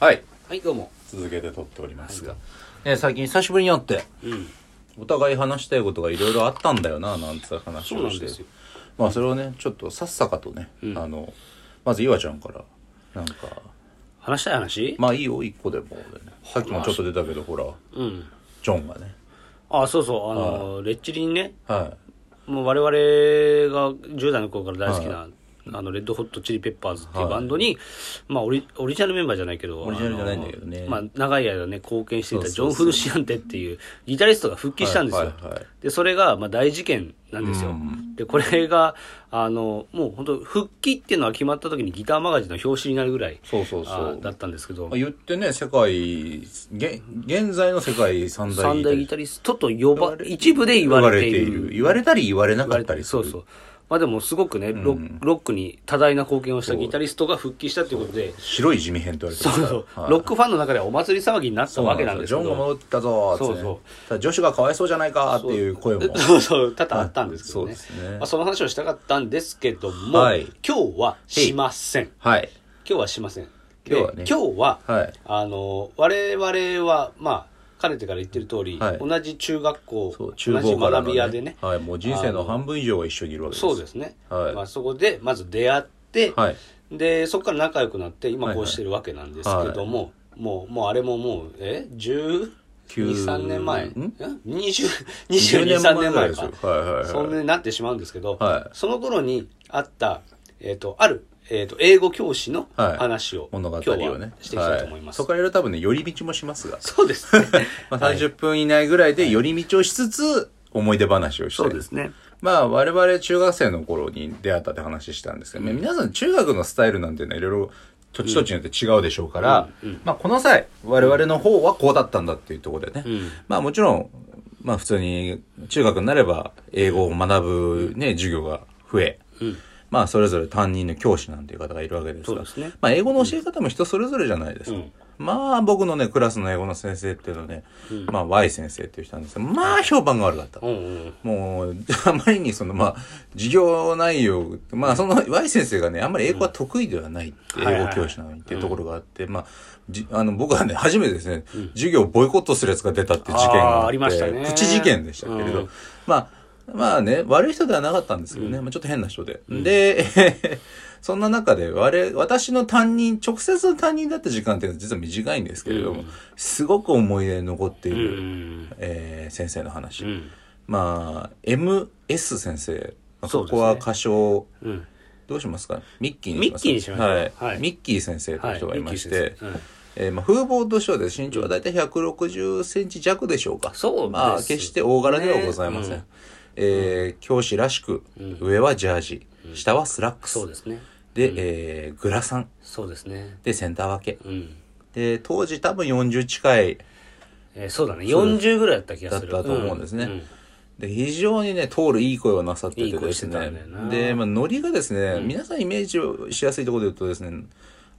はい。はい、どうも。続けて撮っておりますがは。ね、最近久しぶりに会って、うん。お互い話したいことがいろいろあったんだよな、なんつう話そうをなんしですてよ。。まあ、それをね、ちょっとさっさかとね、うんあの、まず、いわちゃんから、なんか、話したい話まあいいよ、一個でも、ね。さっきもちょっと出たけど、ほら、うん。ジョンがね。あ、そうそう、あの、レッチリにね、はもう我々が10代の頃から大好きな、あの、レッドホットチリペッパーズっていうバンドに、まあオリ、オリジナルメンバーじゃないけど、オリジナルじゃないんだけどねあのまあ、長い間ね、貢献していたジそョうそうそうン・フルシアンテっていうギタリストが復帰したんですよ。はいはいはいで、それが、まあ、大事件なんですよ。うんで、これが、あの、もう本当復帰っていうのは決まった時にギターマガジンの表紙になるぐらい、い。そうそうそあう。だったんですけどまあ、言ってね、世界、げ現在の世界三大三大ギタリストと呼ば、一部で言言わわれれてていいる。る。言われたり言われな言かわっれたりすそる。うそう。まあでもすごくね、ロックロックに多大な貢献をしたギタリストが復帰したということで、白い地味編と言われてそるかうらそう、はいロックファンの中ではお祭り騒ぎになったそうなわんけですなよんですジョけど。ンが戻ったぞーっつって、ね、そうそうただ女子がかわいそうじゃないかーっていう声もそうそう、多々あったんですけどはね。いそうですねまあ、その話をしたかったんですけども、はい今日はしません。はい今日はしません。今日はねで今日は、はいあの、我々は、まあ、かねてから言ってる通り、はい同じ中学校、そう同厨じ房から学のび屋でね、はい、もう人生の半分以上が一緒にいるわけですそうですすね、はいまあ、そこでまず出会って、はいでそこから仲良くなって今はいこはいうしてるわけなんですけども、もうもうあれももうえ十九23年前ん10 2223年前ですかよはいはいはいそんなになってしまうんですけど、はいその頃にあった、えっとある、えっと英語教師のはい話を、物語を今ね日はしていきたいと思いまはす、そこからいろいろ多分ね寄り道もしますが、そうで すねまあ、30分以内ぐらいで寄り道をしつつ思い出話をして、ねまあ、我々中学生の頃に出会ったって話したんですけど、ね皆さん中学のスタイルなんてね、いろいろ土地土地によって違うでしょうから、まあ、この際、我々の方はこうだったんだっていうところでね、うんまあ、もちろん、まあ、普通に中学になれば、英語を学ぶね、授業が増え、うんまあ、それぞれ担任の教師なんていう方がいるわけですが、そうですねまあ、英語の教え方も人それぞれじゃないですか。うんまあ、僕のね、クラスの英語の先生っていうのはね、まあ、Y 先生っていう人なんですけど、まあ、評判が悪かった。うんうんもう、あまりにその、まあ、授業内容、まあ、その、Y 先生がね、あんまり英語は得意ではないって、うんはい英はい語はい教師なのにっていうところがあって、まあ、じあの、僕はね、初めてですね、授業をボイコットするやつが出たっていう事件がああーって、ありましたねプチ事件でしたけれど、うんまあ、まあね、悪い人ではなかったんですよね。まあ、ちょっと変な人で。で、 そんな中で、我々、私の担任、直接の担任だった時間っていうのは実は短いんですけれども、うんすごく思い出に残っていうんうる、んえー先生の話。うんまあ、MS 先生。まあそうこですこねは歌唱、うんどうしますかミッキーにしますかミッキーにしましょうはい。はいミッキー先生という人がいまして、ミッキー先生うんえーまあ、風貌としてはですね身長はだいたい160センチ弱でしょうか。そうですねまあ、決して大柄ではございません。ねうんえー教師らしく、上はジャージ、下はスラックス。そうですねで、えーグラサン。そうですねで、センター分け。うんで、当時多分40近いえーそうだね40ぐらいだった気がだっすたると思うんですね。んんで非常にね、通るいい声をなさっていいて声でしすてたねんだよな。で、まあ、ノリがですね、皆さんイメージをしやすいところで言うとですね、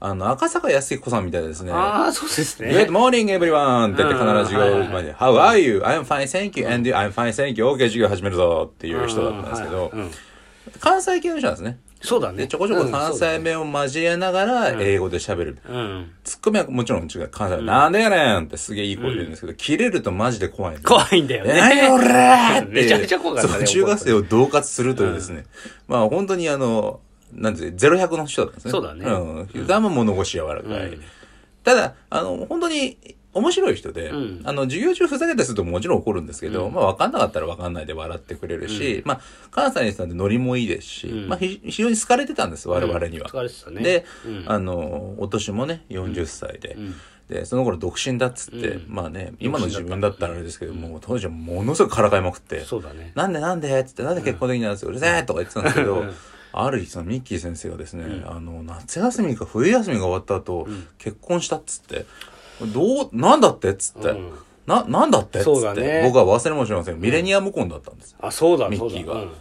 あの、赤坂康彦さんみたいですね。ああそうです Good ね morning, everyone! って言って必ず授うん業まで、How are you? I'm fine, thank you, and you- I'm fine, thank you, OK, 授業始めるぞっていう人だったんですけどうんはいうん、関西系の人なんですね。そうだで、ねちょこちょこ関西目弁を交えながら英語で喋る。うんツッコミはもちろん違う。関西弁、なんでやねんってすげえいい声で言うんですけど、切れるとマジで怖いんですよ。怖いんだよね何俺ーって。めちゃめちゃ怖かったねそう中学生を恫喝するというですね。まあ本当にあの、なんて、ゼロ百の人だったんですね。そうだねうん。普段も物腰柔らかい。うんただ、あの、本当に、面白い人で、うんあの、授業中ふざけたりするともちろん怒るんですけど、まあ、わかんなかったらわかんないで笑ってくれるし、まあ、関西の人なんてノリもいいですし、うんまあ、ひ非常に好かれてたんです、我々には。疲れてたねで、うんあの、お年もね、40歳で、んで、その頃独身だっつって、うんまあね、今の自分だったらあれですけど、もう当時はものすごくからかいまくって、そうだねなんでなんでっつって、なんで結婚できないんですよ、うるせえとか言ってたんですけど、ある日、そのミッキー先生がですね、あの、夏休みか冬休みが終わった後、結婚したっつって、どう、なんだってっつって、うんな、なんだってっつそうっだて、ね僕は忘れもしません。ミレニアム婚だったんです。あそうだミッそうだキーがうん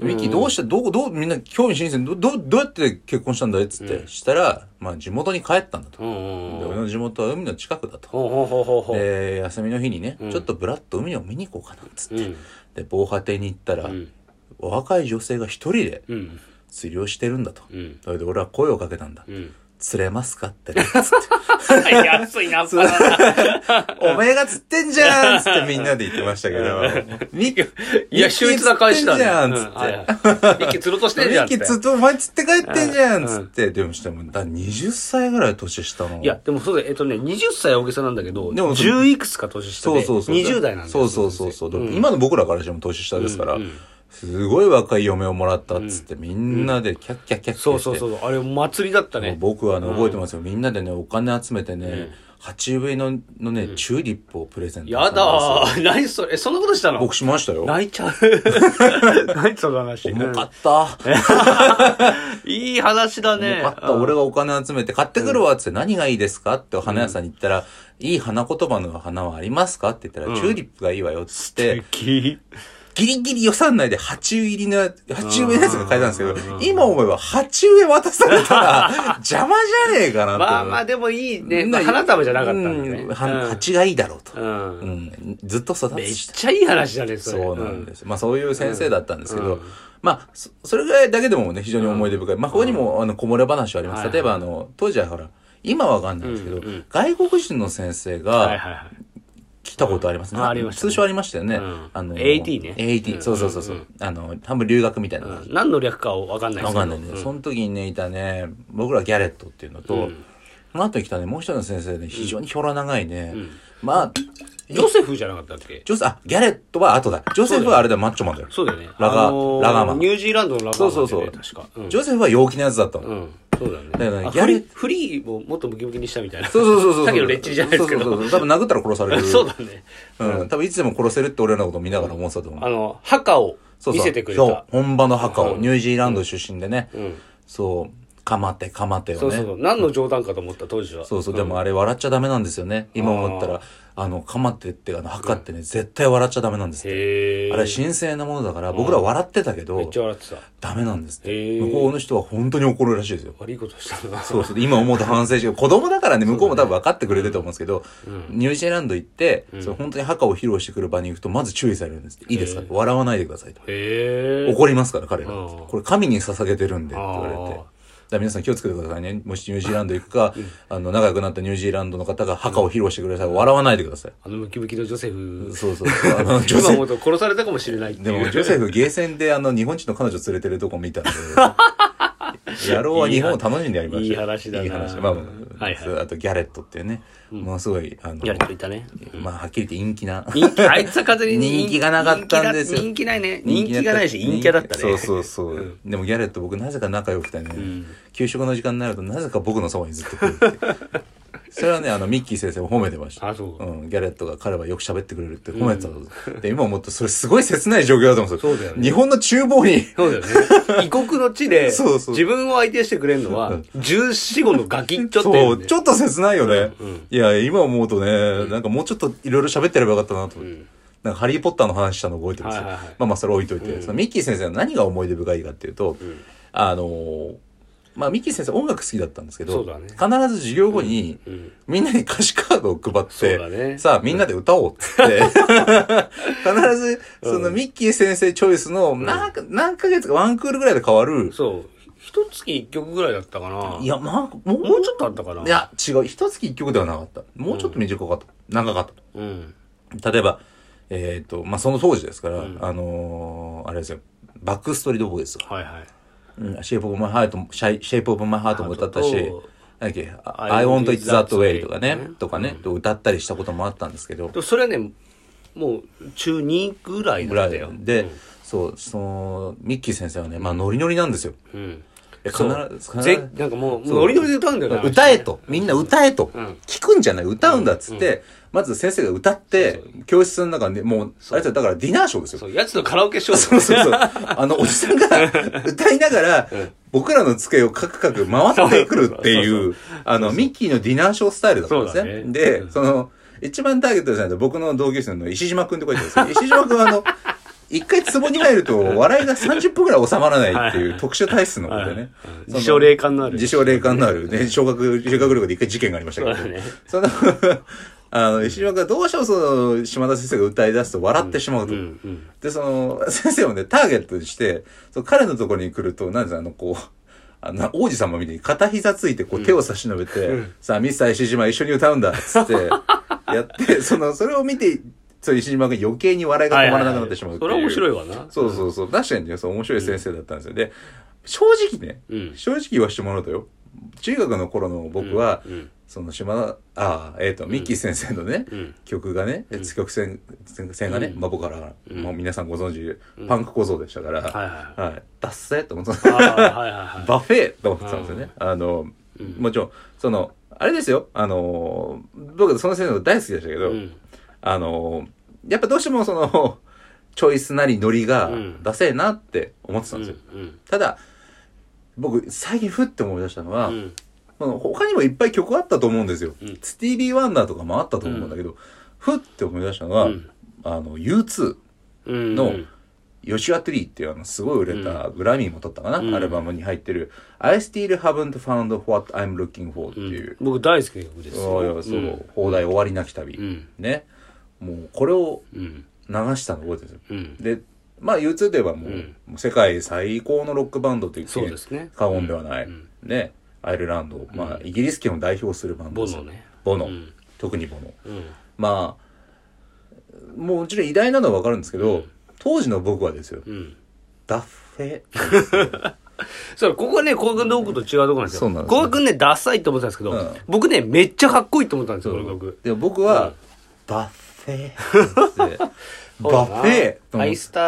ミッキーどうして、どう、どう、みんな興味津々、ど、どどうやって結婚したんだいっつって、したら、まあ地元に帰ったんだと。うんうんで、うん俺の地元は海の近くだと。ほうほうほうほうほうで、休みの日にね、んちょっとブラッと海を見に行こうかなっつって。うんで、防波堤に行ったら、んお若い女性が一人でうん釣りをしてるんだと。うんそれで俺は声をかけたんだ。うん 釣れますかってね、 つって。安いな、そお前が釣ってんじゃんっつってみんなで言ってましたけど、ミッキー いや、秀逸な返しだね。ミッキー釣ってんじゃんっつってつって。一気釣ろうとしてんじゃんミって。ッキー釣って、お前釣って帰ってんじゃんっつって、でもしても、だ20歳ぐらい年下の。いや、でもそうだよ。えっとね、20歳は大げさなんだけど、でもその10いくつか年下そうで、そうそう。 20代なんだよそうそうそうそう。ん今の僕らからしても年下ですから、うんうんすごい若い嫁をもらったっつって、みんなでキャッキャッキャッキャッして。そうそうそう。あれ、祭りだったもうね。僕はね、覚えてますよ。みんなでね、お金集めてね、鉢植えののね、チューリップをプレゼントやしたんですよだー。何それ。えそんなことしたの僕しましたよ。泣いちゃ う。何その話。重かった。いい話だね。よかった、俺がお金集めて買ってくるわっつって何がいいですかってお花屋さんに行ったら、いい花言葉の花はありますかって言ったら、チューリップがいいわよっつって、きギリギリ予算内で鉢植え入りのや、鉢植えのやつが買えたんですけど、今思えば鉢植え渡された ら邪魔じゃねえかなと。まあまあ、でもいいね。まあ花束じゃなかったんだね。うんは鉢がいいだろうと。うんう。ん、ずっと育めっつし。ちゃいい話だね、それ。そうなんす。です。まあそういう先生だったんですけど、うんまあそ、それぐらいだけでもね、非常に思い出深い。まあここにも、あの、こぼれ話はありまはいす。はい例えば、あの、当時はほら、今はわかんないですけど、うんうん外国人の先生はいがはいはい。来たことありますね。あありましたね通称ありましたよね。うんあの、 AAT ね AAT、そうそうそうそう。あの、多分留学みたいな感じ。何の略かわかんないわかんないね、うその時にね、いたね、僕らギャレットっていうのと、うんその後に来たね、もう一人の先生ね、非常にひょら長いね、んまあ、ジョセフじゃなかったっけジョセあ、ギャレットは後だ。ジョセフはあれだよ、マッチョマンだよ。そうだよね。ラガーあのーラガーマンニュージーランドのラガーマンだよね。そうそう確そうか。うんジョセフは陽気なやつだったの。うん。そうだよね。だからあギャフレリーフリーをもっとムキムキにしたみたいな。そうそうそうそう。さっきのレッチリじゃないですけど。そうそうそう多分殴ったら殺される。 そうだね。うん。多分いつでも殺せるって俺らのこと見ながら思ってたと思う。あの、墓をそう見そうせてくれた。そう本場の墓を、うんニュージーランド出身でね。うんそう。かまってかまってをね。そうそうそう。何の冗談かと思った、当時は。そうそうでもあれ笑っちゃダメなんですよね。今思ったら、あの、かまってっていうか、あの、墓ってね、絶対笑っちゃダメなんですって。へえ。あれ、神聖なものだから、僕ら笑ってたけめっどち、ゃ笑ってた。ダメなんですっへて。ー向こうの人は本当に怒るらしいですよ。悪いことしたな。そうそう。今思うと反省して、子供だからね、向こうも多分分かってくれてると思うんですけど、ニュージーランド行って、その本当に墓を披露してくる場に行くと、まず注意されるんですって。いいですか笑わないでくださいと。へえ。怒りますから、彼ら。うんこれ神に捧げてるんで、って言われて。あだーから皆さん気をつけてくださいね。もしニュージーランド行くか、あの、仲良くなったニュージーランドの方が墓を披露してくれたら笑わないでください。あのムキムキのジョセフ。そうそうそう。あ の、ジョ今セ思フうと殺されたかもしれないってでいも、う。ジョセフ、ゲーセンで、あの、日本人の彼女連れてるとこ見 たんで、野郎は日本を楽しんでやりましたよいい話だないい話まあまあ、はいはいそうあと、ギャレットっていうね、ものすごい、あのや、りといたね。まあ、はっきり言 って陰気な。人気、あいつは風に人気がなかったんですよ人気だ人気ないね。人気がないし、陰キャだったね。そうそうそう。でも、ギャレット僕、なぜか仲良くてね、給食の時間になると、なぜか僕のそばにずっと来るっていう。それはね、あの、ミッキー先生も褒めてました。あそううん、ギャレットが彼はよく喋ってくれるって褒めてたぞ、で、今思うと、それすごい切ない状況だと思うんですよ。そうだよね日本の厨房に、そうだよね。異国の地 で、そうそう自分を相手してくれる のは、14、5のガキっちょっていそうう、ね。ちょっと切ないよね。いや、今思うとね、なんかもうちょっといろいろ喋ってればよかったなと思って。なんかハリー・ポッターの話したの覚えてるんですよ。はいはいはいまあまあそれ置いといて、そのミッキー先生の何が思い出深いかっていうと、あのーまあミッキー先生音楽好きだったんですけど、そうだね必ず授業後に、みんなに歌詞カードを配っそうて、だねさあみんなで歌おうっつって、 必ずそのミッキー先生チョイスのなんか何ヶ月かワンクールぐらいで変わる、そう。一月一曲ぐらいだったかな。いや、まあ、もうもうちょっとあったかな。い、や、違う。一月一曲ではなかった。もうちょっと短かった。長かっうん。た。例えば、えっ、と、まあ、その当時ですから、あのーあれですよ。バックストリートボーイズが、はいはい。うん、シェイプオブマイハートも、シャイシェイプオブマイハートも歌ったし、ハなんートとだっけ、あ I I want it want it that that way way とかね、とかね、と歌ったりしたこともあったんですけどで、もそれはね、もう中2ぐらいぐならんいでだよ。、でそう、その、ミッキー先生はね、まあ、ノリノリなんですよ。うん。いや必ず、必ぜず、なんかもう、そうノリノリで歌うんだよね。歌えと。みんな歌えとん。聞くんじゃない歌うんだっつって、まず先生が歌って、教室の中で、もう、あれですよだからディナーショーですよ。そう、やつのカラオケショー。そうそうそう。あの、おじさんが歌いながら、僕らの机をカクカク回ってくるっていう、あの、ミッキーのディナーショースタイルだったんですそうだね。ねうで、んその、一番ターゲットじゃないと僕の同級生の石島くんって書いてあるんですけど、石島くんは あの、一回壺に入ると笑いが30分くらい収まらないっていう特殊体質のことでね。その自称霊感のある自称霊感のある、ね、小学、修学旅行で一回事件がありましたけど。そうだねその、あの、石島君がどうしてもその、島田先生が歌い出すと笑ってしまうと。うんうん。で、その、先生をね、ターゲットにして、その彼のところに来ると、なんですか、あの、こう、あの王子様みたいに片膝ついてこう手を差し伸べて、さあミスター石島一緒に歌うんだっつってやってそのそれを見てそう石島君余計に笑いが止まらなくなってしまうってそいう、れは面白いわな。そうそうそう確かにねそう面白い先生だったんですよ、で正直ね、うん正直言わしてもらうとよ中学の頃の僕は、うんその島田あえっ、とミッキー先生のね、うん曲がね別曲線線がね、まあ僕から、もう皆さんご存知、パンク小僧でしたから、はいはいはいダッセーと思ってたああはいはいはい。バフェと思ってたんですよね。あの、もちろん、その、あれですよ、あの、僕、その先生の大好きでしたけど、うんあの、やっぱどうしてもその、 チョイスなりノリがうんダセえなって思ってたうんんですよ。うんただ、僕、最近ふって思い出したのは、うんその他にもいっぱい曲あったと思うんですよ。うんスティービー・ワンダーとかもあったと思うんだけど、ふって思い出したのは、うんあの、U2 うんの、ヨシュア・トゥリーっていうあのすごい売れたグラミーも取ったかな、うんアルバムに入ってる「I still haven't found what I'm looking for」ってうんいう、僕大好きな曲ですよ。そうよそう、ん放題終わりなき旅、うんねもうこれをうん流したの覚えてるんですようんでまあ U2 ではもう、うんもう世界最高のロックバンドと言ってそうですね過言ではない、うんねアイルランド、まあイギリス圏を代表するバンドボですノね。ボノ、うん特にボノうんまあもうもちろん偉大なのはわかるんですけど、当時の僕はですようん。ダッフェそう、ここはね、小学のとこと違うとこなんですそうよ。なんですよ小学ね、ダサいって思ってたんですけど、うん僕ね、めっちゃかっこいいと思ったんですよ、この曲。でも僕は、バッフェー ってバッフェーと思ハっイてスタ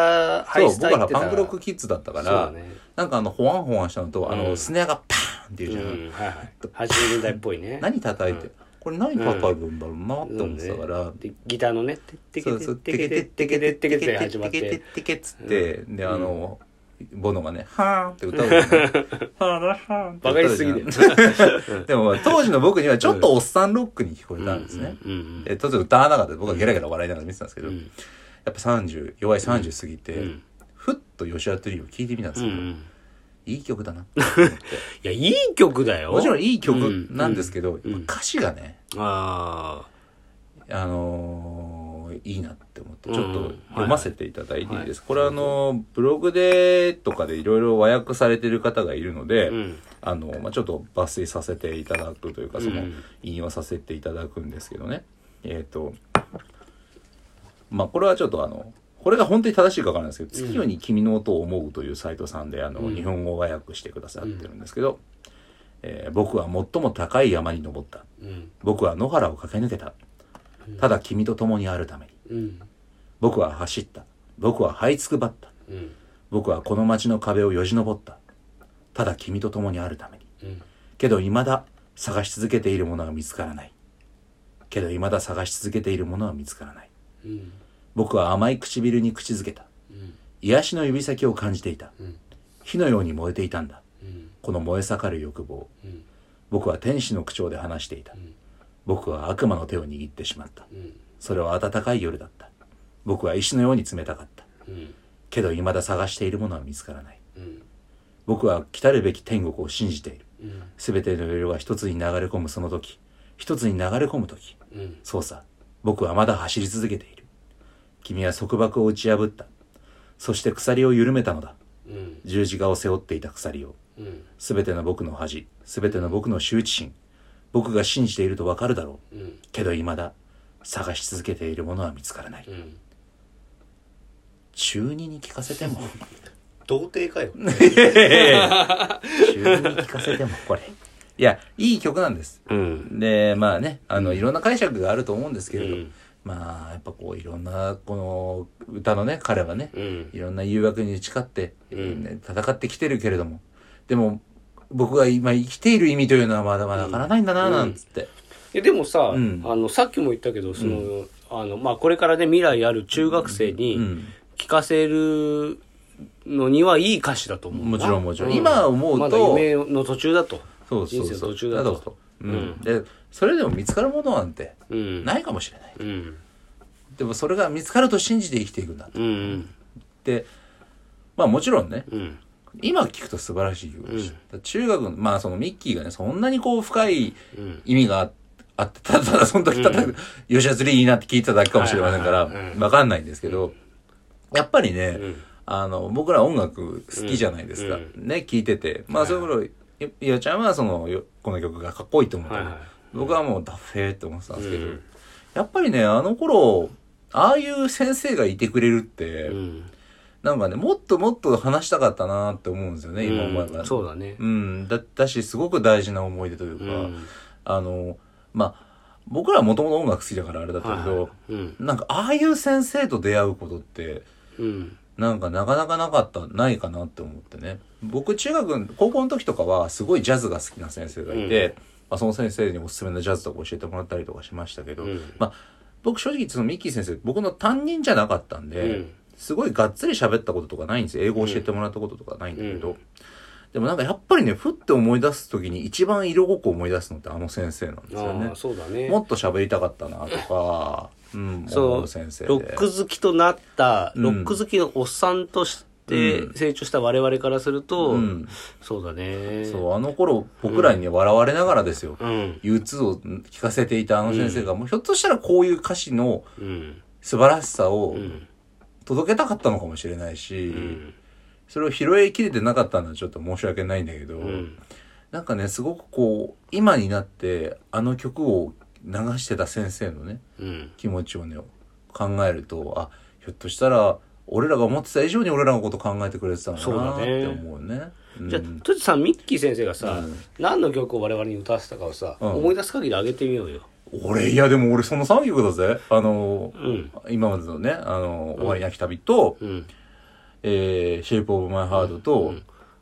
ー、ハそイうスター僕行っらてたパンクロックキッズだったかそうだら、ねなんかあのホワンホワンしたのと、あうのんスネアがパーンっていううじゃん、ん、はいはい。80年代っぽいね。何叩いて、これ何叩いてるんだろうなって思ってたから、でギターのね、てそうそうテケテテケテテケテテケテテケっつって、であの、ボノがね「はーん」って歌うのね「はーんはーん」ってバカにしすぎでででも当時の僕にはちょっとおっさんロックに聞こえたんですね、うんうんえ当然歌わなかった僕はゲラゲラ笑いながら見てたんですけど、うんやっぱ30弱い30過ぎて、うんふっと吉田トゥリーを聴いてみたんですうんうけど、んいい曲だなと思っていや、いい曲だよ。もちろんいい曲なんですけど、うんうん歌詞がねああのーいいなって思ってうんちょっと読ませていただいていいですか、これはあのーブログでとかでいろいろ和訳されてる方がいるので、あ。うん。あのまあ、ちょっと抜粋させていただくというかそのうん引用させていただくんですけどね、えっ、とまあこれはちょっとあのこれが本当に正しいかわからないですけど「月夜に君の音を思う」というサイトさんであの、うん日本語和訳してくださってるんですけど、えー僕は最も高い山に登ったうん。僕は野原を駆け抜けたただ君と共にあるためにうん。僕は走った僕は這いつくばったうん。僕はこの街の壁をよじ登ったただ君と共にあるためにうん。けど未だ探し続けているものは見つからない。けど未だ探し続けているものは見つからない。うん。僕は甘い唇に口づけた。うん。癒しの指先を感じていた。うん。火のように燃えていたんだ。うん。この燃え盛る欲望。うん。僕は天使の口調で話していた。僕は悪魔の手を握ってしまった。うん。それは暖かい夜だった。僕は石のように冷たかった。うん。けど未だ探しているものは見つからない。うん。僕は来たるべき天国を信じている。うん。すべての夜が一つに流れ込むその時。一つに流れ込む時。うん。そうさ、僕はまだ走り続けている。君は束縛を打ち破った。そして鎖を緩めたのだ。うん。十字架を背負っていた鎖を。うん。すべての僕の恥、すべての僕の羞恥心。僕が信じているとわかるだろう。うん。けど未だ、探し続けているものは見つからない。うん。中二に聞かせても。童貞かよ。中二に聞かせても、これ。いや、いい曲なんです。うん。でまあねあのいろんな解釈があると思うんですけれど、うんまあやっぱこういろんなこの歌のね彼はね、うんいろんな誘惑に打ち勝って、んね戦ってきてるけれどもでも僕が今生きている意味というのはまだまだわからないんだななんつって、いやでもさ、んあのさっきも言ったけどその、あのまあ、これからね未来ある中学生にん聞かせるのにはいい歌詞だと思うなもちろんもちろんう今思うとまだ夢の途中だとそうそう人生そのう途中だとうんうでんそれでも見つかるものなんてうんないかもしれない、うんでもそれが見つかると信じて生きていくんだっうんてまあもちろんねうん今聞くと素晴らしい曲でした、中学のまあそのミッキーがねそんなにこう深いうん意味がああってただただその時ただ、吉田釣りいいなって聞いただけかもしれませんから、わはいはいはいうんかんないんですけど、やっぱりね、んあの僕ら音楽好きじゃないですか、うんね聞いててまあそういうことゆゆうちゃんはそのよこの曲がかっこいいと思ったはいけど、はい僕はもうダッフェーって思ってたんですけど、うんやっぱりねあの頃ああいう先生がいてくれるって、うんなんかねもっともっと話したかったなって思うんですよね、今思えばうんそうだねうん、だったしすごく大事な思い出というか、うんあのまあ僕らはもともと音楽好きだからあれだったけど、はいはいうんなんかああいう先生と出会うことってうんなんかなかなかなかったないかなって思ってね僕中学高校の時とかはすごいジャズが好きな先生がいて、まあ、その先生におすすめのジャズとか教えてもらったりとかしましたけど、うんまあ僕正直そのミッキー先生僕の担任じゃなかったんで、うんすごいがっつり喋ったこととかないんですよ英語教えてもらったこととかないんだけど、うんでもなんかやっぱりねふって思い出す時に一番色濃く思い出すのってあの先生なんですよねああ。そうだねもっと喋りたかったなとか、うん、そそうう先生でロック好きとなった、うんロック好きのおっさんとしてうん成長した我々からすると、うんそうだね。そうあの頃僕らに笑われながらですよ、うん。 U2 を聞かせていたあの先生が、もうひょっとしたらこういう歌詞のうん。素晴らしさをうん。届けたかったのかもしれないし、うん。それを拾いきれてなかったのはちょっと申し訳ないんだけど、うん。なんかねすごくこう今になってあの曲を流してた先生のねうん。気持ちをね考えるとあひょっとしたら俺らが思ってた以上に俺らのこと考えてくれてたのかそうなだっねて思うね。うんじゃあ、とちさん、ミッキー先生がさ、うん何の曲を我々に歌わせたかをさ、うん思い出す限り上げてみようよ。俺いやでも俺その3曲だぜあのうん。今までのね「あの終わりなき旅」とうん。 「えーシェイプオブマイハート」と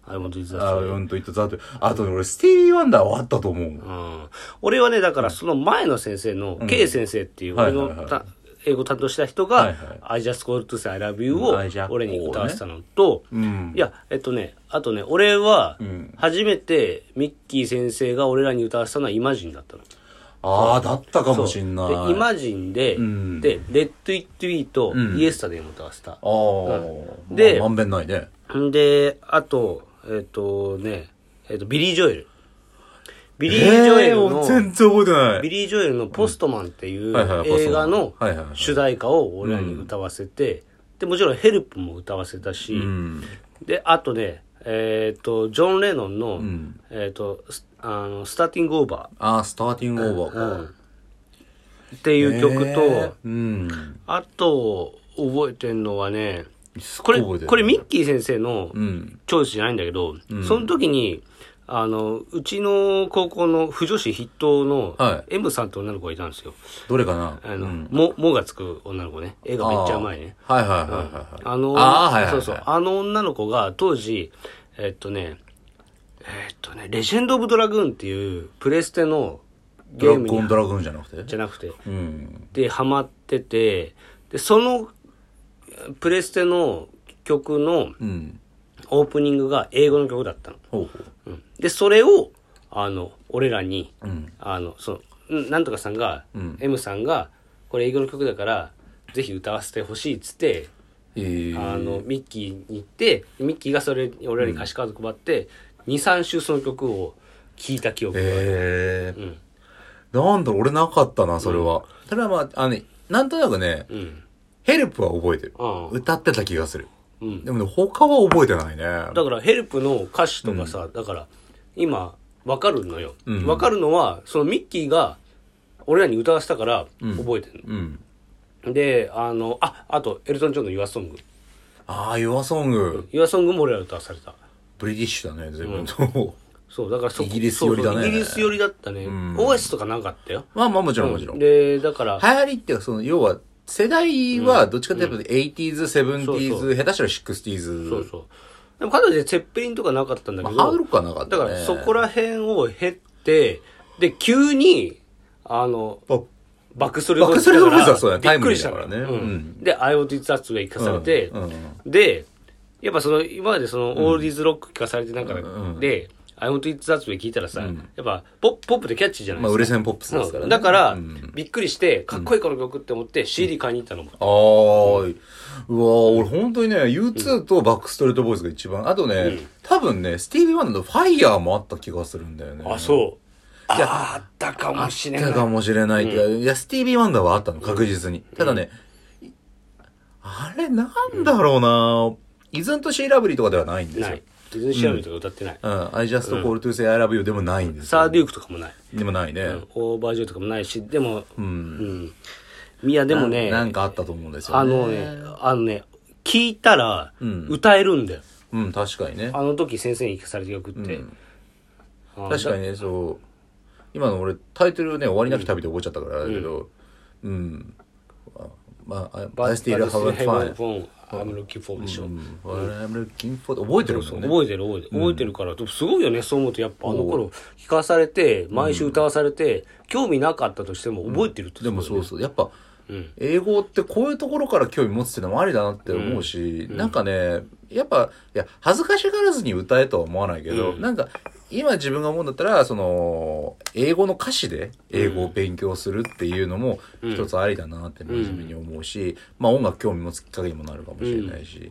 あれも「実あはーうんといったザートあとね俺スティービー・ワンダーはあったと思ううん。俺はね、だからその前の先生の、K 先生っていう、俺はのいはいはいた英語担当した人はいがはい、 I just called to say I love you うをん I just 俺に歌わせたのと、うんいや、えっとね、あとね、俺はん、初めてミッキー先生が俺らに歌わせたのはイマジンだったの。ああだったかもしんないで、イマジンで、んで、レッド・イット・イーとうんイエスタでも歌わせた。ああでまんべんないねん、で、あと、えっとね、えっと、ビリー・ジョエル。ビリー・ジョえエルの、ー全然覚えてないビリー・ジョエルのポストマンっていうはいはい映画のポストマンはいはいはい主題歌を俺らに歌わせて、で、もちろんヘルプも歌わせたし、うんで、あとね、えっと、ジョン・レノンの、んえっと、スあの、スターティング・オーバああスターティングオーバーかーっていう曲と、えーうんあと、覚えてんのはね、すごこいれ、覚えてるこれミッキー先生のうんチョイスじゃないんだけど、その時に、あの、うちの高校の腐女子筆頭のは M さんって女の子がいたんですよ。どれかなあの、うんも、もがつく女の子ね。絵がめっちゃうまいね。あーはいはいはいはいはいあの、あーはいはいそはういそう。あの女の子が当時、えっとね、えっとね、レジェンド・オブ・ドラグーンっていうプレステのゲドラームゴンに、ドラグーンじゃなくてじゃなくて、うんでハマっててでそのプレステの曲のうんオープニングが英語の曲だったの、ほうほううん、でそれをあの俺らにうんあのそのんなんとかさんが、ん M さんがこれ英語の曲だからぜひ歌わせてほしいっつってえーあのミッキーに行ってミッキーがそれ俺らに歌詞カード配って、23週その曲を聴いた記憶がある、えーなんだ俺なかったなそれはそれはまああのねなんとなくねうんヘルプは覚えてるああ歌ってた気がするうんでもね他は覚えてないねだからヘルプの歌詞とかさ、だから今わかるのよ、わうん分かるのはそのミッキーが俺らに歌わせたからうん覚えてるうんの、であのああとエルトン・ジョンの「ユアソングああ YOURSONG ユアソングも俺らに歌わされたブリティッシュだね随分とそうだからそこイギリス寄りだねそうそうイギリス寄りだったね、ん OS とかなかったよ まあまあもちろんもちろん流でだから行りっていうかその要は世代はどっちかというと 80s、そうそ 70s、下手したらそう 60s。そうでもかといってチェッペリンとかなかったんだけど、まあハードロックはなかったねだからそこら辺を経ってで急にあのあバックストリートバックストリートボーイズはそうだねびっくりしたタイムリーだうからねん、で、I want it that way 聞かされて、うんうんで、やっぱその、今までその、オールディーズロック聞かされてなんかで、うんで I want it that way 聞いたらさ、やっぱポップ、ポップでキャッチーじゃないまであ、す売か。れ線ポップスですからうんね。だから、うんびっくりして、かっこいいこの曲って思って、CD 買いに行ったのも。あーい。うわー俺本当にね、U2 とバックストレートボーイズが一番。あとね、多分ね、スティービー・ワンダーのファイヤーもあった気がするんだよね。あ、そう。あいやあったかもしうれたなかい。もしれない。いや、スティービー・ワンダーはあったの、確実に。ただね、いあれなんだろうな、イズンとシーラブリーとかではないんですなよい。。ディズニーシーラムとか歌ってない、うん。I just call to say I love you でもないんですサーよ。デュークとかもない、でもないね。。オーバージューとかもないしでもうんんいやでもねなんかあったと思うんですよあね。のねあのね聞いたらん歌えるんだよ、うん、確かにね。あの時先生に聞かされた曲って、うんあ確かにね、そう。今の俺、タイトルね、終わりなき旅で覚えちゃったからだけど、うん。あまあ、バ I ッ still バッド have スティールハブ fun. フォンアムロキフォンでしょ、うん、What I'm looking for 覚えてるもんね。覚えてる覚えてる覚えてるから、でもすごいよねそう思うとやっぱあの頃聞かされて毎週歌わされて、興味なかったとしても覚えてるってでもそうそう。やっぱ、うん英語ってこういうところから興味持つってのもありだなって思うし、なんかね、やっぱ、いや、恥ずかしがらずに歌えとは思わないけど、うんなんか、今自分が思うんだったら、その、英語の歌詞で英語を勉強するっていうのもうん一つありだなって真面目に思うし、まあ音楽興味持つきっかけにもなるかもしれないし、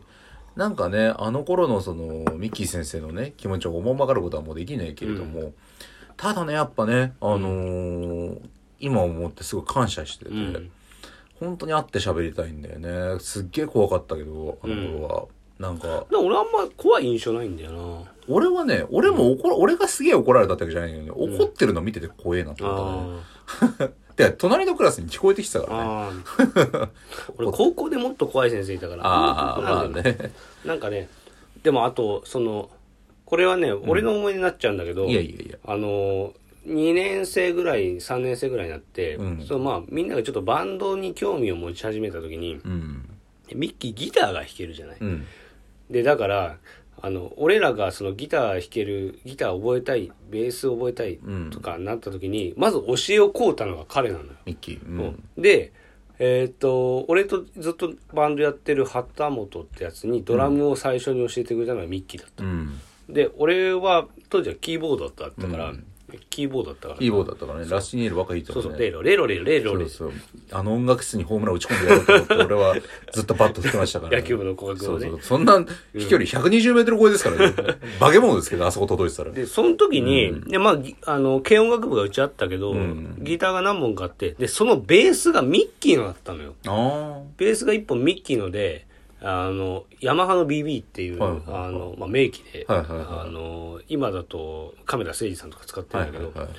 なんかね、あの頃のその、ミッキー先生のね、気持ちをおもんばかることはもうできないけれども、ただね、やっぱね、あのー今思ってすごい感謝してて、うん本当に会って喋りたいんだよねすっげえ怖かったけどあの頃は、なんかでも俺あんま怖い印象ないんだよな俺はね俺も怒ら、俺がすげえ怒られたってわけじゃないんだけど、怒ってるの見てて怖えなって思ったのねあで隣のクラスに聞こえてきてたからねあー俺高校でもっと怖い先生いたからああまなあんかね なんかねでもあとそのこれはね俺の思い出になっちゃうんだけど、いやいやいやあの2年生ぐらい3年生ぐらいになって、うんそのまあみんながちょっとバンドに興味を持ち始めた時にうんミッキーギターが弾けるじゃない、うんでだからあの俺らがそのギター弾けるギター覚えたいベース覚えたいうんとかなった時に、まず教えをこうたのが彼なのよ、ミッキーうんでえーっと俺とずっとバンドやってる畑本ってやつにドラムを最初に教えてくれたのがミッキーだった、うんで俺は当時はキーボードだったから、キーボードだったからキーボードだったからねラッシニエルばっかり弾いてそうたそからう、レねイロ、レイロ、レイロ、レイロ、レイロ。そうあの音楽室にホームラン打ち込んでやろうと思って俺はずっとバット振ってましたから、 野球部の鼓角そをうねそうそんな飛距離120メートル超えですからね 化け物ですけどあそこ届いてたらで、その時に、で、まあぎ、あの、軽音楽部がうちあったけど、んギターが何本かあって、で、そのベースがミッキーのだったのよ。あベースが1本ミッキーので、あの、ヤマハの BB っていう、はいはいはいあの、まあ、名機で、はいはいはいあの、今だと、亀田誠二さんとか使ってあるはんいだはけいど、はい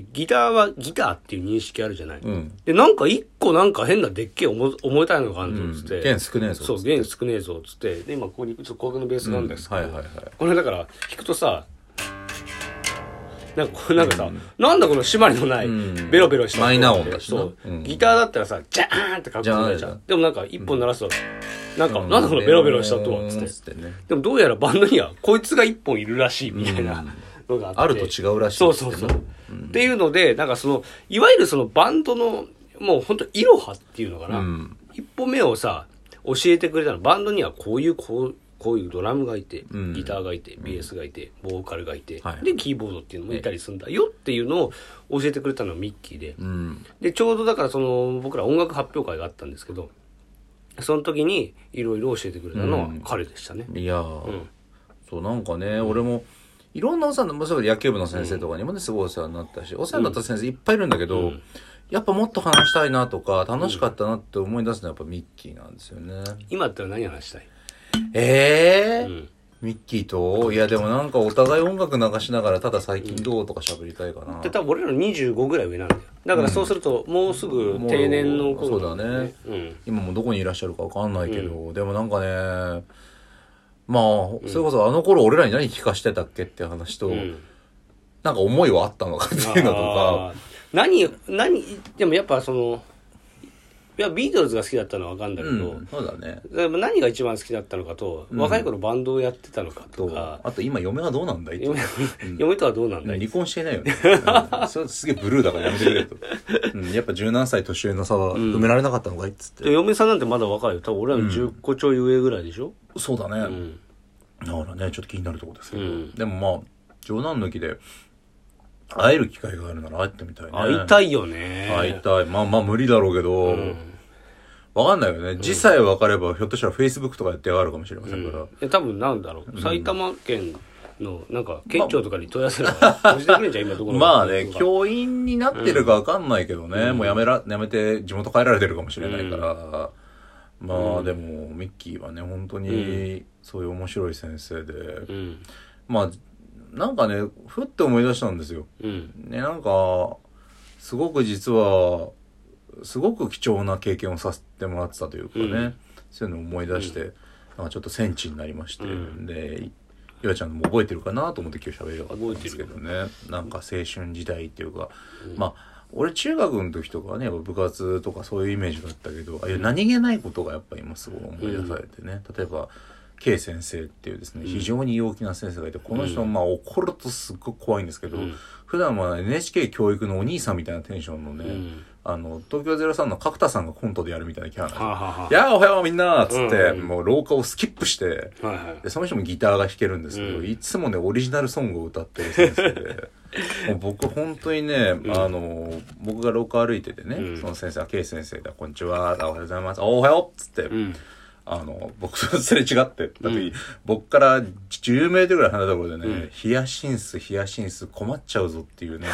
で、ギターはギターっていう認識あるじゃない。うんで、なんか一個なんか変なでっけえ重重たいのがあるぞっつって。うん弦少ねえぞそう、弦少ねえぞっつって。で、今ここにちょっと高額のベースがあるんですけど、うんはいはいはいこれだから弾くとさ、なんかこうなんかさ、なんだこの締まりのない、んベロベロした音って。マイナー音だしなそう、うんギターだったらさ、ジャーンってかっこいいじゃんジャーンでもなんか一本鳴らすと、なんか、なんだこのベロベロした音はっつって。ねでもどうやらバンドにはこいつが一本いるらしいみたいなのがあって。あると違うらしいそうそうそう。っていうので、なんかその、いわゆるそのバンドの、もう本当イロハっていうのかな。うん一歩目をさ、教えてくれたの。バンドにはこういう、こう、こういうドラムがいて、んギターがいて、ベースがいて、ボーカルがいて、はいで、キーボードっていうのもいたりするんだよっていうのを教えてくれたのはミッキーで。うんで、ちょうどだからその、僕ら音楽発表会があったんですけど、その時にいろいろ教えてくれたのは彼でしたね。いやーそうなんかね俺もいろんなお世話になそれこそ野球部の先生とかにもねすごいお世話になったしお世話になった先生いっぱいいるんだけどやっぱもっと話したいなとか楽しかったなって思い出すのはやっぱミッキーなんですよね今だったら何話したいええうんミッキーといやでもなんかお互い音楽流しながらただ最近どうとか喋りたいかなで多分俺らの25ぐらい上なんだよだからそうするともうすぐ定年の頃もうそうだねうん今もどこにいらっしゃるかわかんないけど、でもなんかねまあそれこそあの頃俺らに何聞かしてたっけっていう話と、うんなんか思いはあったのかっていうのとかあー何何でもやっぱそのいやビートルズが好きだったのは分かるんだけうどん、そうだねでも何が一番好きだったのかと、若い頃バンドをやってたのかととかあと今嫁はどうなんだいって嫁嫁とはどうなんだい離婚していないよね、うんそれすげえブルーだからやめてくれと、うん、やっぱ十何歳年上の差は埋められなかったのかいっつって、で嫁さんなんてまだ若いよ多分俺らの10個ちょい上ぐらいでしょ、そうだね、うんだからねちょっと気になるとこですけど、うんでもまあ冗談抜きで会える機会があるなら会ってみたいね会いたいよね会いたい。まあまあ無理だろうけど、わかんないよね。時さえ分かれば、ひょっとしたら Facebook とかやってやがるかもしれませんから。え多分なんだろう、埼玉県のなんか県庁とかに問い合わせれば教えてくれんじゃん今どこのまあね、とか教員になってるか分かんないけどね、もうやめら、やめて地元帰られてるかもしれないから、まうあんでもミッキーはね本当うにそういう面白い先生で、うんまあなんかねふって思い出したんですよ。うんねなんかすごく実はすごく貴重な経験をさせてもらってたというかね、うんそういうのを思い出して、なんかちょっと戦地になりまして、うんでゆあちゃんも覚えてるかなと思って今日喋りたかったんですけどねなんか青春時代っていうか、まあ俺中学の時とかはねやっぱ部活とかそういうイメージだったけど、ああいう何気ないことがやっぱ今すごい思い出されてね、例えば K 先生っていうですね、うん非常に陽気な先生がいてこの人、うんまあ怒るとすっごく怖いんですけど、うん普段は NHK 教育のお兄さんみたいなテンションのね、うんあの、東京03の角田さんがコントでやるみたいなキャラなんですはあよはあはいやーおはようみんなーっつって、うんもう廊下をスキップして、あはいはいで、その人もギターが弾けるんですけど、うんいつもね、オリジナルソングを歌ってる先生で、 もう僕本当にね、んあの、僕が廊下歩いててね、うんその先生は K 先生だ、こんにちは、あおはようございます、おおはようっつって、うんあの、僕とすれ違ってった時、うん僕から10メートルぐらい離れたところでね、うんヒヤシンス、ヒヤシンス、困っちゃうぞっていう ね、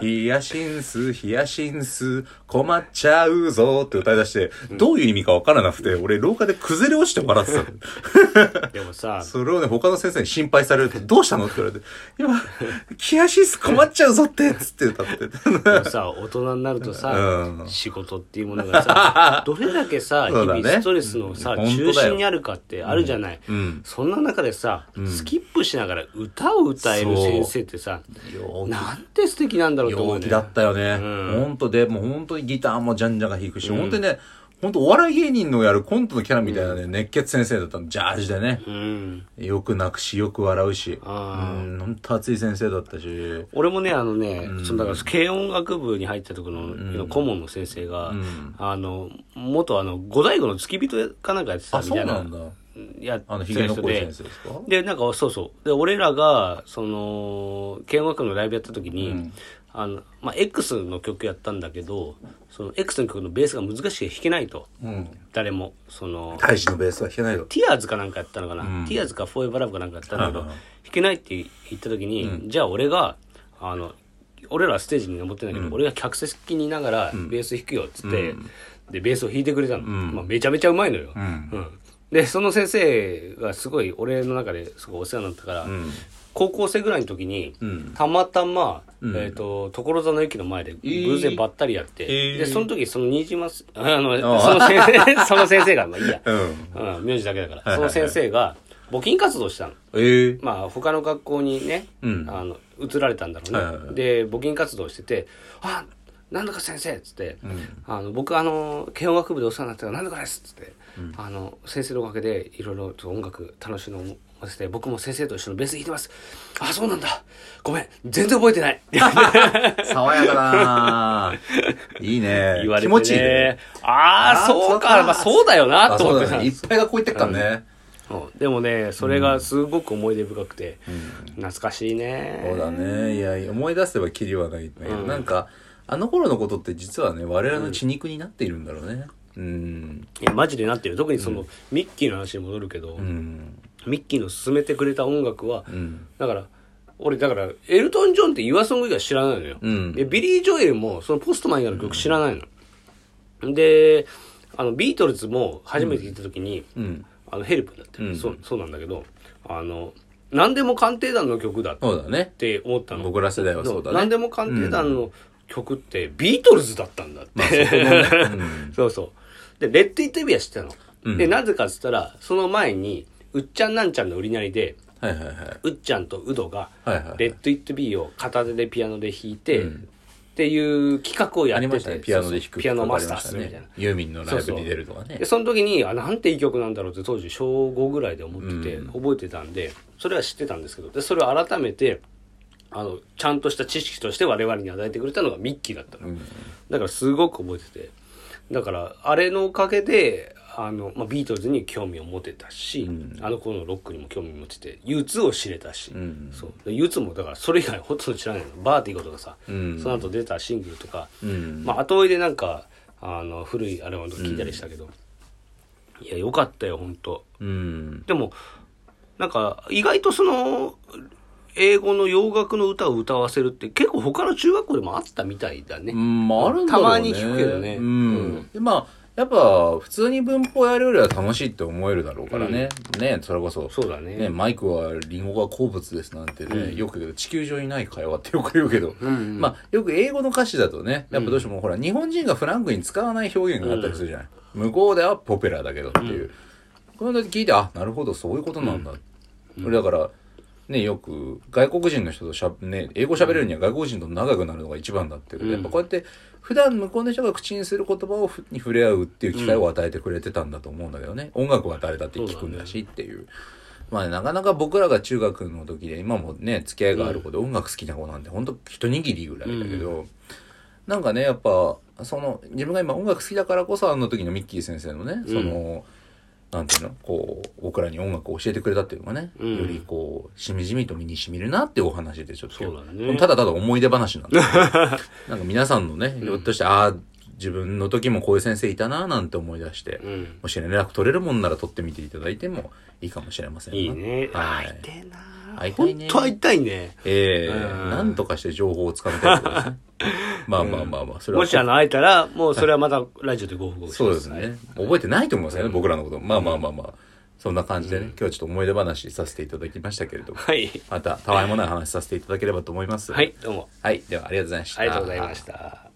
ヒヤシンス、ヒヤシンス、困っちゃうぞって歌い出して、どういう意味かわからなくて、俺廊下で崩れ落ちて笑って たの。でもさそれをね、他の先生に心配されると、どうしたのって言われて、今、ヒヤシンス困っちゃうぞって、つって歌 って。 でもさ大人になるとさ、うん仕事っていうもの がさどれだけさ日そうだ々ねストレスのさ、本当だよ中心にあるかってあるじゃない、うん。そんな中でさ、うんスキップしながら歌を歌える先生ってさよなんて素敵なんだろうと思う陽ね気だったよね。うん本当で、もう本当にギターもジャンジャンが弾くし、うん本当にね、本当お笑い芸人のやるコントのキャラみたいなね、熱血先生だったの、ジャージでね。うんよく泣くし、よく笑うし。うん、あー本当熱い先生だったし。俺もねあのね、そのだから軽音楽部に入ったところの,、顧問の先生が、うんあの元あの五大悟の付き人かなんかやってたあ、みそたういななんだ。やってあの、たヒゲの人濃いで先生ですかでなんかそうそうで俺らがその軽音楽部のライブやった時に、うんあのまあ、X の曲やったんだけどその X の曲のベースが難しくて弾けないとうん。誰もその大使のベースは弾けないよ。ティアーズかなんかやったのかな、うんティアーズかフォーエバーラブかなんかやったんだけど、はいはい弾けないって言った時に、じゃあ俺があの俺らステージに登ってんだけど、俺が客席にいながらベース弾くよっつって、でベースを弾いてくれたの、まあ、めちゃめちゃうまいのよ、んうんでその先生がすごい俺の中ですごいお世話になったから、うん。高校生ぐらいの時に、うんたまたま、うんえー、と所沢の駅の前でー偶然ばったりやって、えーでその時その新島すあのあその先生 その先生がまあいいや、うん。うん、名字だけだから、はいはいはいその先生が募金活動したのえー。まあ他の学校にね、うんあの移られたんだろうね、はいはいはいで募金活動してて「あなんだか先生」っつって、うんあの僕あの軽音楽部でお世話になってたからなんだかです」っつって、あの先生のおかげでいろいろと音楽楽しいのを思わせて僕も先生と一緒のベース弾いてます「あそうなんだごめん全然覚え てない」爽やか ないいね。言われて、ね、気持ちいいね。ああーあそうかそうかまあそうだよなあ、とそ思っうてださね。いっぱいがこういってっからね。うんでもねそれがすごく思い出深くて、懐かしいねそうだね。いや、思い出せばキリはないんだけど、なんか、あの頃のことって実はね、我々の血肉になっているんだろうね。うん。いやマジでなってる特にその、ミッキーの話に戻るけど、うん。ミッキーの勧めてくれた音楽は、うん。だから俺だからエルトン・ジョンって岩ソング以外知らないのよ、うんでビリー・ジョエルもそのポストマン以外の曲知らないの、であのビートルズも初めて聞いた時に、うん。あのヘルプだって、うんそうそうなんだけどあの何でも鑑定団の曲だっそうだねっ。て思ったの僕ら世代はそうだね何でも鑑定団の曲ってビートルズだったんだって、 そうそうで「レッド・イット・ビア」知ってたの、でなぜかっつったらその前にうっちゃんなんちゃんの売りなりではいはいはい。うっちゃんとウドがはいはいは「いレッド・イット・ビー」を片手でピアノで弾いて、っていう企画をやあっりまてしたて、ね。ピアノで弾そうくそうピアノマ曲スタありまーしすたるねみたいな、ユーミンのライブに出るとかねで。その時にあなんていい曲なんだろうって当時小5ぐらいで思ってて、覚えてたんでそれは知ってたんですけどでそれを改めてあのちゃんとした知識として我々に与えてくれたのがミッキーだったの、だからすごく覚えててだからあれのおかげであの、まあ、ビートルズに興味を持てたし、あの頃のロックにも興味を持てて U2 を知れたし、んそうで U2 もだからそれ以外ほとんど知らないのバーティゴとかさ、んその後出たシングルとか、うん。まあ、後追いでなんかあの古いアルバムとか聞いたりしたけど、いやよかったよ本当うん。でもなんか意外とその英語の洋楽の歌を歌わせるって結構他の中学校でもあったみたいだね、うん、まああるんだろうね。たまに聞くけどねううんん。でまあ、やっぱ普通に文法やるよりは楽しいって思えるだろうからね、ねそれこそそうだねねマイクはリンゴが好物ですなんてね、うんよく言うけど地球上にない会話ってよく言うけど、うんうんまあよく英語の歌詞だとねやっぱどうしてもほら日本人がフランクに使わない表現があったりするじゃない、向こうではポピュラーだけどっていう、これだけ聞いてあなるほどそういうことなんだ、俺だからね、よく外国人の人としゃ、ね、英語喋れるには外国人と仲良くなるのが一番だっていうけど、うんやっぱこうやって普段向こうの人が口にする言葉をふに触れ合うっていう機会を与えてくれてたんだと思うんだけどね、音楽は誰だって聞くんだしっていう。まあね、なかなか僕らが中学の時で今もね付き合いがある子で音楽好きな子なんてほんと一握りぐらいだけど、なんかねやっぱその自分が今音楽好きだからこそあの時のミッキー先生のねその、なんていうのこう僕らに音楽を教えてくれたっていうのがね、うんよりこうしみじみと身にしみるなっていうお話でちょっとそうだねただただ思い出話なんだ けどなんか皆さんのねひょっとして、ああ自分の時もこういう先生いたななんて思い出して、うんもし連絡取れるもんなら取ってみていただいてもいいかもしれませんないいね。は会いいてえな会いたいね本当会いたいね。ええうんなんとかして情報をつかみたいってことです ねまあまあまあまあそれはもしあの会えたら、もうそれはまたラジオでご報告しそうま。ですすね。覚えてないと思いますよね、僕らのこと。まあまあまあまあ。そんな感じでね、今日はちょっと思い出話させていただきましたけれども、はい。また、たわいもない話させていただければと思います。は。い、どうも。はい。では、ありがとうございました。ありがとうございました。